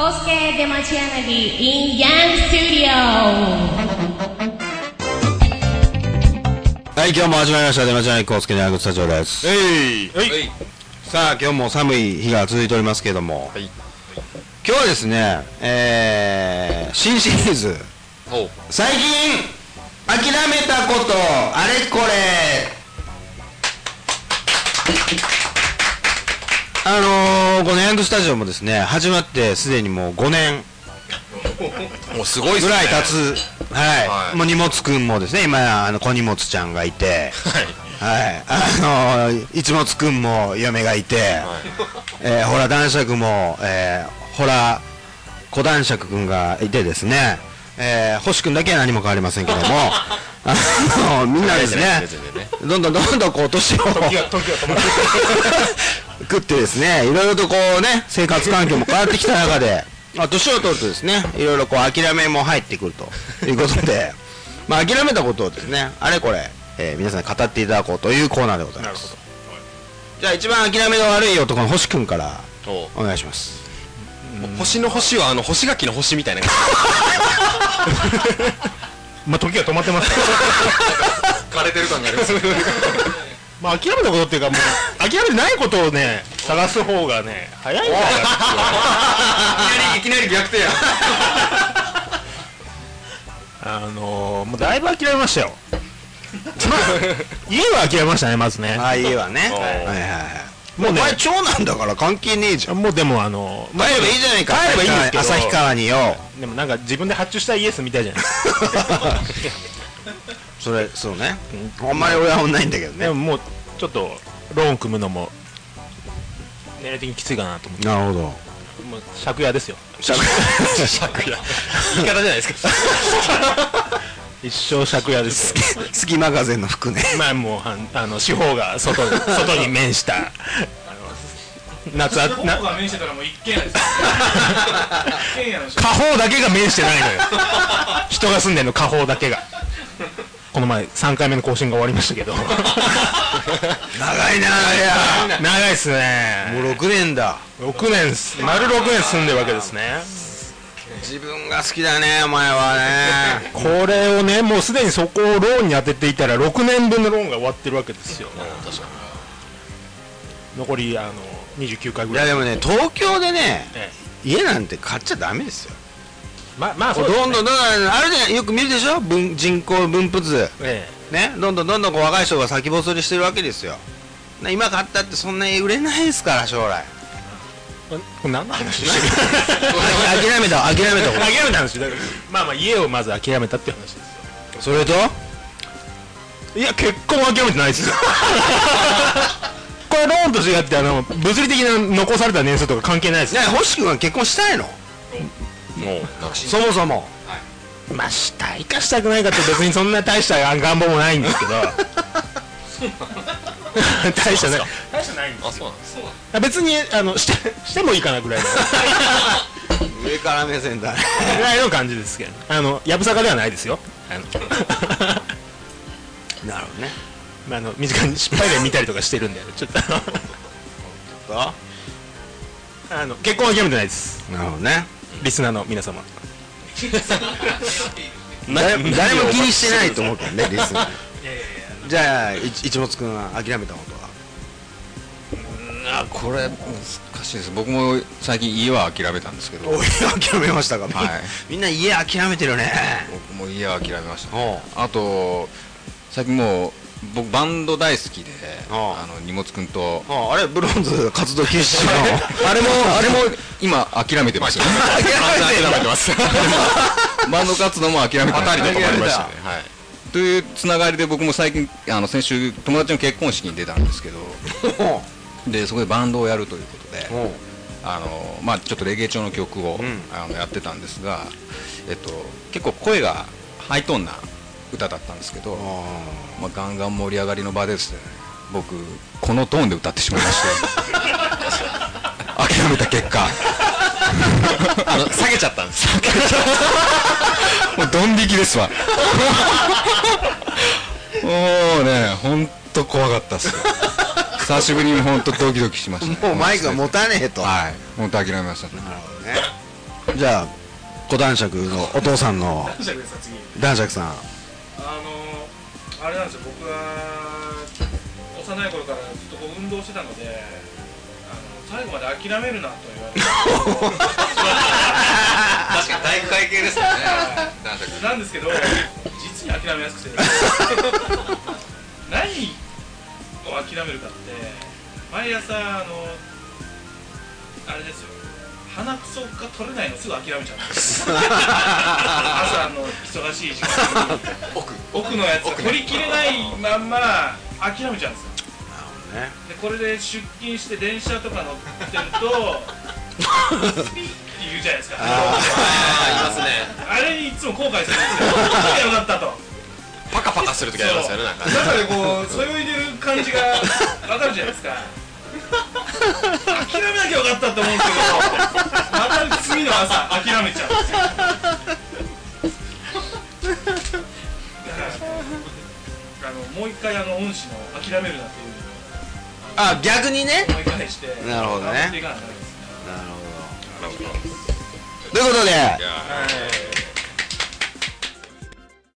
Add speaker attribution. Speaker 1: Kosuke Demachianagi in Yang Studio.
Speaker 2: はい、今日も始まりました。出町内康介のヤングスタジオです。
Speaker 3: えい
Speaker 4: はい
Speaker 2: さあ、今日も寒い日が続いておりますけれども、
Speaker 3: はい
Speaker 2: 今日はですね、えー、新シリーズ、
Speaker 3: おう
Speaker 2: 最近諦めたこと、あれこれ。あのー、このヤングスタジオもですね、始まってすでにもう5年
Speaker 3: もうすごいっす
Speaker 2: ぐ
Speaker 3: ね
Speaker 2: らい経つ、はい、
Speaker 3: はい
Speaker 2: もう荷物くんもですね、今、あの、小荷物ちゃんがいて、
Speaker 3: はい
Speaker 2: はい、あのー、一物くんも嫁がいて、えー、ほら男爵も、えー、ほら小男爵くんがいてですね、えー、星くんだけは何も変わりませんけ ども、あのー、みんなですね
Speaker 3: 別々でね、
Speaker 2: どんどんどんどんこう年を
Speaker 4: 時が時が止まる
Speaker 2: 食ってですね、いろいろとこうね、生活環境も変わってきた中で、まあ、年を取るとですね、いろいろこう諦めも入ってくるということで、 まあ諦めたことをですね、あれこれ、えー皆さんに語っていただこうというコーナーでござい
Speaker 4: な
Speaker 2: ま
Speaker 4: る
Speaker 2: す。
Speaker 4: ほ
Speaker 2: じゃあ一番諦めの悪い男の星くんから
Speaker 3: おう
Speaker 2: お願いします。
Speaker 3: もう星の星はあの干し柿の星みたいな
Speaker 4: どまあ時が止まってますから
Speaker 3: 枯れてる感があります
Speaker 4: まあ諦めたことっていうかもう諦めてないことをね探す方がね早いんだよ
Speaker 3: いきなりいきなり逆転や
Speaker 4: あのー、もうだいぶ諦めましたよ 家は諦めましたねまずね
Speaker 2: ああ、いいわね。
Speaker 3: おう
Speaker 2: はいはいはい。もう
Speaker 4: もう
Speaker 2: お
Speaker 4: ね
Speaker 2: 前長男だから関係ねえじゃん。
Speaker 4: もうでもあのー、まあ
Speaker 2: 帰ればいいじゃないか。
Speaker 4: 帰ればいいんですけど
Speaker 2: 旭川によ。
Speaker 4: でもなんか自分で発注したイエスみたいじゃ ないですか
Speaker 2: それ、そうね。あんまり俺はないんだけど
Speaker 4: で
Speaker 2: ね
Speaker 4: も。もうちょっとローン組むのも年齢的にきついかなと思っ
Speaker 2: なるほど。
Speaker 4: てもう借家ですよ
Speaker 3: 借家言い方じゃないですか
Speaker 4: 一生借家ですよ
Speaker 2: 隙間風の服ね。
Speaker 4: まあもうはんあの四方が外 に外に面したあの夏あな
Speaker 5: 僕が面してたらもう一軒家ですよ一軒家の人
Speaker 4: 下方だけが面してないのよ人が住んでるの下方だけがこの前3回目の更新が終わりましたけ ど
Speaker 2: 長いなあれや。
Speaker 4: 長いっすね
Speaker 2: もう6年だ。
Speaker 4: 6年っす丸6年住んでるわけですね
Speaker 2: 自分が好きだね、お前は ね。
Speaker 4: これをねもうすでにそこをローンに当てていたら6年分のローンが終わってるわけですよ残りあの29回
Speaker 2: い
Speaker 4: ぐら
Speaker 2: や
Speaker 4: い
Speaker 2: でもね、東京でね、
Speaker 4: え
Speaker 2: 家なんて買っちゃダメですよ。
Speaker 4: ままあそうです
Speaker 2: ど
Speaker 4: ね
Speaker 2: んどんどんどん、あれね、よく見るでしょ分人口分布図。
Speaker 4: え
Speaker 2: ね、どんどんどんどんこう若い人が先細りしてるわけですよ。な今買ったってそんなに売れないですから、将 来。
Speaker 4: えこれ何の話してる
Speaker 2: 諦めた、諦 めたこ
Speaker 4: 諦めた話だから まあまあ家をまず諦めたっていう話です
Speaker 2: と。それと
Speaker 4: いや結婚は諦めてないですよこれローンと違ってあの物理的な残された年数とか関係ないです
Speaker 2: ね、星君は結婚したいの
Speaker 3: もう確信
Speaker 2: そもそも。
Speaker 4: まあしたいかしたくないかって別にそんな大した 願望もないんですけど 大したない大したないんで
Speaker 3: あそうなんです
Speaker 4: す別にあのしてしてもいいかなぐらいの
Speaker 2: 上から目線だね。
Speaker 4: ぐらいの感じですけどあのやぶさかではないですよあの
Speaker 2: なるほどね。
Speaker 4: まああの身近に失敗例見たりとかしてるんでちょっと あのあの結婚は諦めてないです
Speaker 2: なるほどね。
Speaker 4: リスナーの皆様
Speaker 2: 誰も誰も気にしてないと
Speaker 4: う
Speaker 2: 思うけど ね、リスナー。じゃあ、い一物君は諦めたことは
Speaker 3: あこれ難しいです僕も最近家は諦めたんですけど
Speaker 2: おい、諦めましたか、
Speaker 3: はい
Speaker 2: みんな家諦めてるね。
Speaker 3: 僕も家は諦めました
Speaker 2: おう
Speaker 3: あと最近もう僕バンド大好きで
Speaker 2: おう
Speaker 3: あの荷物くんと
Speaker 2: ああれ、ブロンズ活動休止
Speaker 3: あれもあれも今諦めてますよね
Speaker 2: 諦めてんだ
Speaker 3: 諦めてます バンド活動も諦めてます
Speaker 2: あたりと止まりましたね
Speaker 3: はいというつながりで僕も最近あの先週友達の結婚式に出たんですけど
Speaker 2: の。
Speaker 3: でそこでバンドをやるということで
Speaker 2: おう
Speaker 3: あのまあ、ちょっとレゲエ調の曲を、
Speaker 2: ん
Speaker 3: あのやってたんですが、えっと、結構声がハイトーンな歌だったんですけど、まあ、ガンガン盛り上がりの場でですね僕このトーンで歌ってしまいま して諦めた結果あの下げちゃったんです下げちゃったもうドン引きですわもうね本当怖かったっすよ久しぶりに本当ドキドキしましたね、
Speaker 2: もうマイクが持たねえと。
Speaker 3: はい、本当諦めましたね。
Speaker 2: なるほどね。じゃあ小男爵のお父さんの
Speaker 5: 男爵ですか次
Speaker 2: 男爵さん
Speaker 5: あのあれなんですよ僕は幼い頃からずっとこう運動してたのであの最後まで諦めるなと言わ れて
Speaker 3: 確かに体育会系ですよね男爵
Speaker 5: なんですけど、実に諦めやすくて、何を諦めるかって、毎朝、あの、あれですよ、鼻くそが取れないのすぐ諦めち ゃうんですよ朝の忙しい時間に
Speaker 3: 奥
Speaker 5: 奥のやつが取りきれないまんま諦めちゃうんですよ。でこれで出勤して電車とか乗ってる とピッって言うじゃないですか
Speaker 3: あーいますね
Speaker 5: あれにいつも後悔するんですよ。どうよかったと。
Speaker 3: パカパカする時ありますよねなんかね
Speaker 5: 中でこう、そよいでる感じがわかるじゃないですか。諦めなきゃよかったと思うんですけど、また次の朝、諦めちゃうんですよ。だからあのもう一回あの恩師の諦めるなっていう
Speaker 2: あ逆にね
Speaker 5: のを思い返して
Speaker 2: なるほどね
Speaker 5: 頑張っていかなきゃダメですね
Speaker 2: ということで
Speaker 5: はい